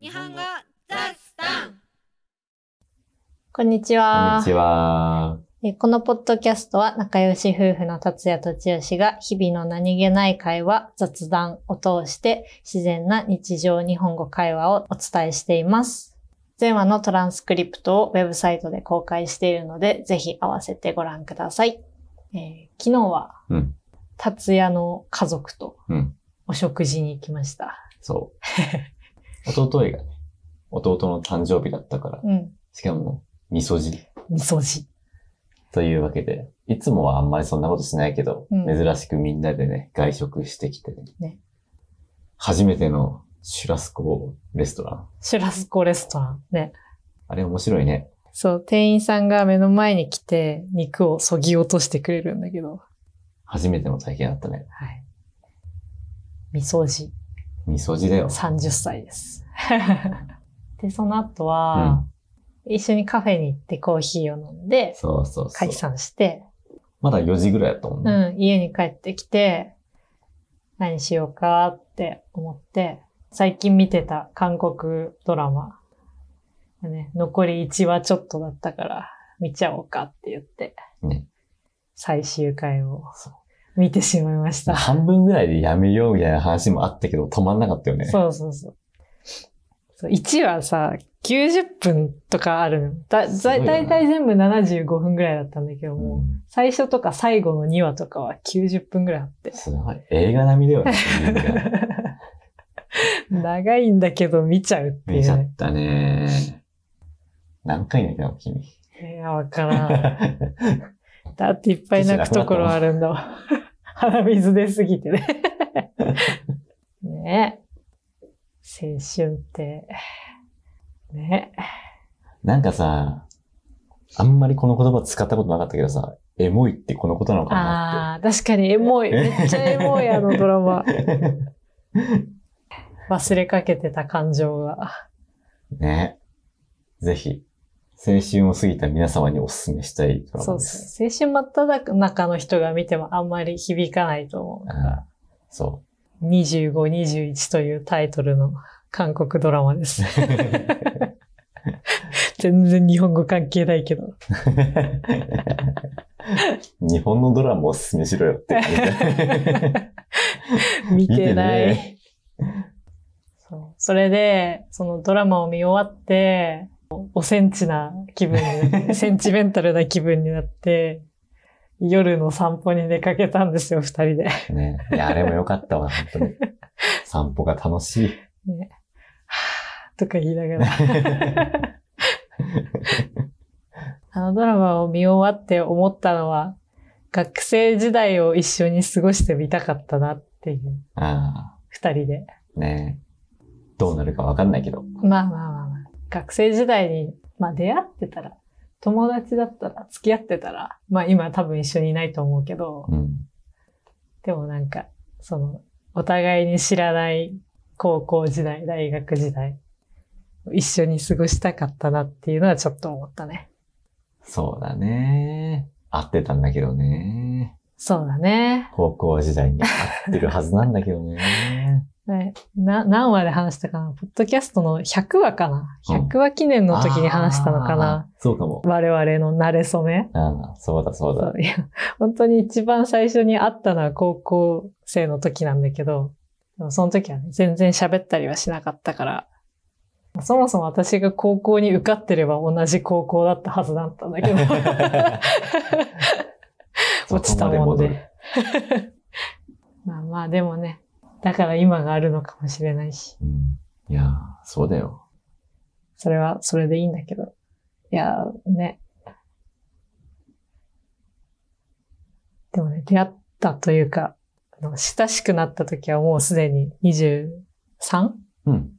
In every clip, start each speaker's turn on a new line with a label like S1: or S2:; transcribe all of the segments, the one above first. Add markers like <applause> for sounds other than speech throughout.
S1: 日本語ザスタン
S2: こんにち
S3: こん
S2: は
S3: にちは。
S2: えーこのポッドキャストは仲良し夫婦の達也と千代が日々の何気ない会話、雑談を通して自然な日常日本語会話をお伝えしています。前話のトランスクリプトをウェブサイトで公開しているので、ぜひ合わせてご覧ください。えー昨日は
S3: うん。
S2: 達也の家族と
S3: うん
S2: お食事に行きました。 <laughs>
S3: そう。弟がね、弟の誕生日だったから、
S2: うん。
S3: しかも、味噌汁
S2: 味噌汁。
S3: というわけで、いつもはあんまりそんなことしないけど、
S2: うん
S3: 珍しくみんなでね、外食してきてね。
S2: ね
S3: 初めてのシュラスコレストラン。
S2: シュラスコレストラン。ね。
S3: あれ面白いね。
S2: そう、店員さんが目の前に来て肉をそぎ落としてくれるんだけど。
S3: 初めての体験だったね。
S2: はい。味噌汁、
S3: 味噌汁だよ。
S2: 30歳です。 <laughs> で、その後は、一緒にカフェに行ってコーヒーを飲んで、
S3: そうそうそ
S2: 解
S3: う。
S2: 散して、
S3: まだ4時ぐらいだったもん
S2: う
S3: ね。
S2: ん、家に帰ってきて、何しようかって思って、最近見てた韓国ドラマ、ね、残り1話ちょっとだったから、見ちゃおうかって言って、
S3: ね
S2: 最終回を見てしまいました。
S3: 半分ぐらいでやめようみたいな話もあったけど、止まんなかったよね。
S2: そうそうそう。そう1話さ、90分とかあるの。だ、
S3: すごい
S2: だ
S3: よね
S2: だいたい全部75分ぐらいだったんだけども、
S3: うん
S2: 最初とか最後の2話とかは90分ぐらいあって。
S3: すごい。映画並みだ
S2: <laughs>
S3: よね。みんな
S2: 長いんだけど見ちゃうってい
S3: 見ち
S2: う
S3: ゃ
S2: ね。
S3: ったね。何回寝たの君。 <laughs>
S2: いや、わからん。 <laughs> だっていっぱい泣くところあるんだわ。鼻水出すぎて <laughs> ね。ねえ。青春って。ねえ。
S3: なんかさ、あんまりこの言葉使ったことなかったけどさ、エモいってこのことなのかな
S2: ああ、確かにエモい。めっちゃエモい、あのドラマ。
S3: って。
S2: <laughs> 忘れかけてた感情が。
S3: ね。ぜひ、青春を過ぎた皆様にお勧めしたいドラ
S2: そ
S3: マ
S2: う
S3: で
S2: そう
S3: す。。
S2: 青春真っ只中の人が見てもあんまり響かないと思。
S3: あーそう
S2: 25、21というタイトルの韓国ドラマ
S3: <laughs>
S2: です。全然日本語関係ないけど。
S3: う。日本のドラマをお勧めしろよっ
S2: <laughs>
S3: て。
S2: 見てない。
S3: 見てね
S2: そうそれで、そのドラマを見終わって、おセンチな気分に
S3: <laughs>
S2: なって、センチメンタルな気分になって、夜の散歩に出かけたんですよ、二人で。
S3: ね。いや、あれも良かったわ、本当に。散歩が楽しい。
S2: ね、はぁとか言いながら。 <laughs> あのドラマを見終わって思ったのは、学生時代を一緒に過ごしてみたかったなっていう、
S3: あ
S2: 二人で。
S3: あ、ねどうなるかわかんないけど。
S2: まあまあまあまあ、学生時代に、まあ出会ってたら、友達だったら、付き合ってたら、まあ今多分一緒にいないと思うけど、
S3: うん。
S2: でもなんか、その、お互いに知らない高校時代、大学時代、一緒に過ごしたかったなっていうのはちょっと思ったね。
S3: そうだね。合ってたんだけどね。
S2: そうだね。
S3: 高校時代に合ってるはずなんだけどね。
S2: ねな、何話で話したかなポッドキャストの100話かな
S3: うん
S2: ?100 話記念 <laughs> の時に話したのかな、
S3: あーそうかも。
S2: 我々の慣れ初め
S3: ああ、そうだそうだ。
S2: そういや本当に一番最初に会ったのは高校生の時なんだけど、でもその時はね、全然喋ったりはしなかったから、そもそも私が高校に受かってれば同じ高校だったはずだったん
S3: <laughs>
S2: だけど、落ちた
S3: そこま
S2: もん
S3: で戻
S2: で。
S3: る。
S2: まあまあでもね、だから今があるのかもしれないし、
S3: うん、いやー、そうだよ。
S2: それはそれでいいんだけど。いやー、ね。でもね、出会ったというか、あの親しくなった時はもうすでに 23?
S3: うん。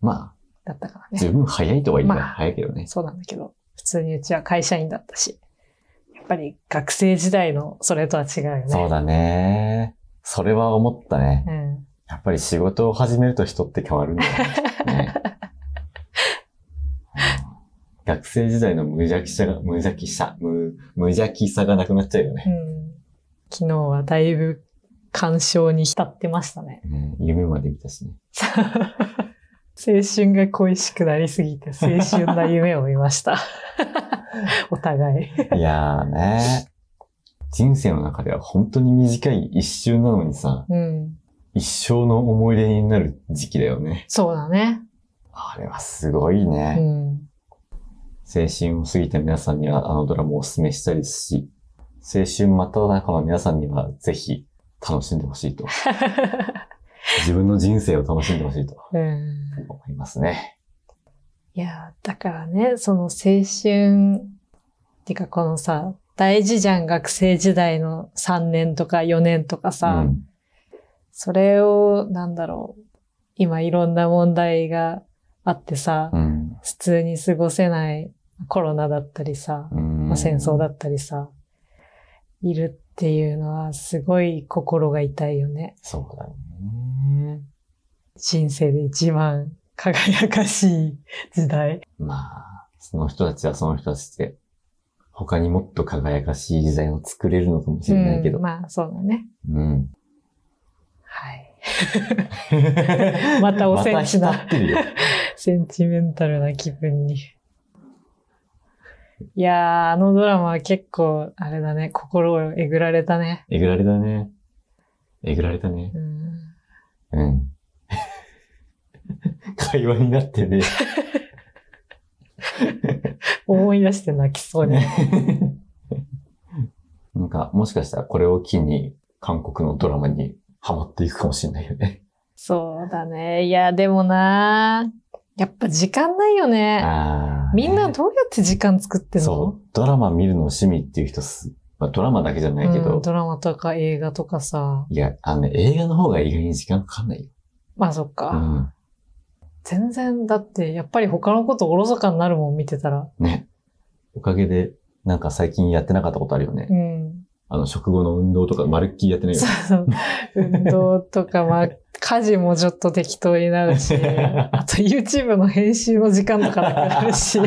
S3: まあ、
S2: だったからね。
S3: 十分早いとは言えない。
S2: まあ
S3: 早いけどね。
S2: <laughs> そうなんだけど、普通にうちは会社員だったし、やっぱり学生時代のそれとは違うよね。
S3: そうだね。それは思ったね。
S2: うん。
S3: やっぱり仕事を始めると人って変わるんだよね。ねうん学生時代の無邪気さが、無邪気さ、無、無邪気さがなくなっちゃうよね。
S2: うん。昨日はだいぶ感傷に浸ってましたね。
S3: ね夢まで見たしね。
S2: 青春が恋しくなりすぎて、青春な夢を見
S3: <laughs>
S2: ました。お互い。
S3: いやーね。人生の中では本当に短い一瞬なのにさ、
S2: うん。
S3: 一生の思い出になる時期だよね。
S2: そうだね。
S3: あれはすごいうね。
S2: ん。
S3: 青春を過ぎた皆さんにはあのドラマをお勧めしたいですし、青春真っ只中の皆さんにはぜひ楽しんでほしいと。自分の人生を楽しんでほしいと
S2: うん。
S3: 思いますね。
S2: いやー、だからね、その青春、てかこのさ、大事じゃん、学生時代の3年とか4年とかさ、
S3: うん
S2: それを、なんだろう、今いろんな問題があってさ、
S3: うん
S2: 普通に過ごせないコロナだったりさ、
S3: うん
S2: まあ戦争だったりさ、いるっていうのはすごい心が痛いよね。
S3: そうだね。
S2: 人生で一番輝かしい時代。
S3: まあ、その人たちはその人たちで、他にもっと輝かしい時代を作れるのかもしれないけ
S2: う
S3: ど
S2: ん。まあそうだね。
S3: うん。
S2: はい。またおセンチな
S3: また浸ってるよ。
S2: センチメンタルな気分に。いやー、あのドラマは結構、あれだね、心をえぐられたね。
S3: えぐられたね。えぐられたね。
S2: うん、
S3: うん。 <laughs> 会話になってね。
S2: 思い出して泣きそうに。
S3: <laughs> なんか、もしかしたらこれを機に、韓国のドラマにハマっていくかもしれないよ
S2: <laughs>
S3: ね。
S2: そうだね。いや、でもなー、やっぱ時間ないよね。
S3: あー
S2: みんなどうやって時間作ってんの
S3: そう。ドラマ見るの趣味っていう人す、まあ、ドラマだけじゃないけど、
S2: うんドラマとか映画とかさ。
S3: いや、あのね、映画の方が意外に時間かかんないよ。
S2: まあそっか。
S3: うん。
S2: 全然、だって、やっぱり他のことおろそかになるもん見てたら。
S3: ね。おかげで、なんか最近やってなかったことあるよね。
S2: うん。
S3: あの、食後の運動とか、まるっきりやってないよ
S2: そ。
S3: <laughs>
S2: うそう。運動とか、まあ、家事もちょっと適当になる
S3: <laughs>
S2: し、あと YouTube の編集の時間とかなくなるし。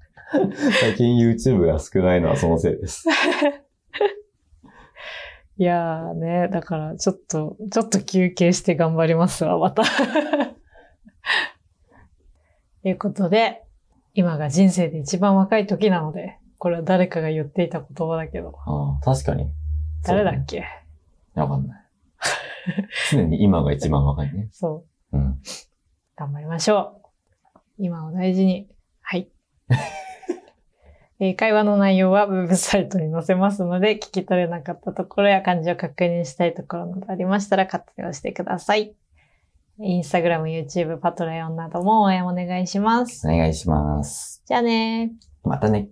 S2: <laughs>
S3: 最近 YouTube が少ないのはそのせい
S2: <laughs>
S3: です。
S2: いやーね、だからちょっと、ちょっと休憩して頑張りますわ、また。 <laughs> ということで、今が人生で一番若い時なので、これは誰かが言っていた言葉だけど、
S3: ああ確かに。
S2: 誰だ
S3: そう
S2: っ
S3: ね
S2: け
S3: わかんない。 <laughs> 常に今が一番若いね。
S2: そう
S3: うん。
S2: 頑張りましょう。今を大事に。
S3: <laughs>
S2: はい。えー会話の内容はウェブサイトに載せますので、聞き取れなかったところや漢字を確認したいところなどありましたら活用してください。インスタグラム、YouTube、パトレオンなども応援お願いします。
S3: お願いします。
S2: じゃあねー。
S3: またね。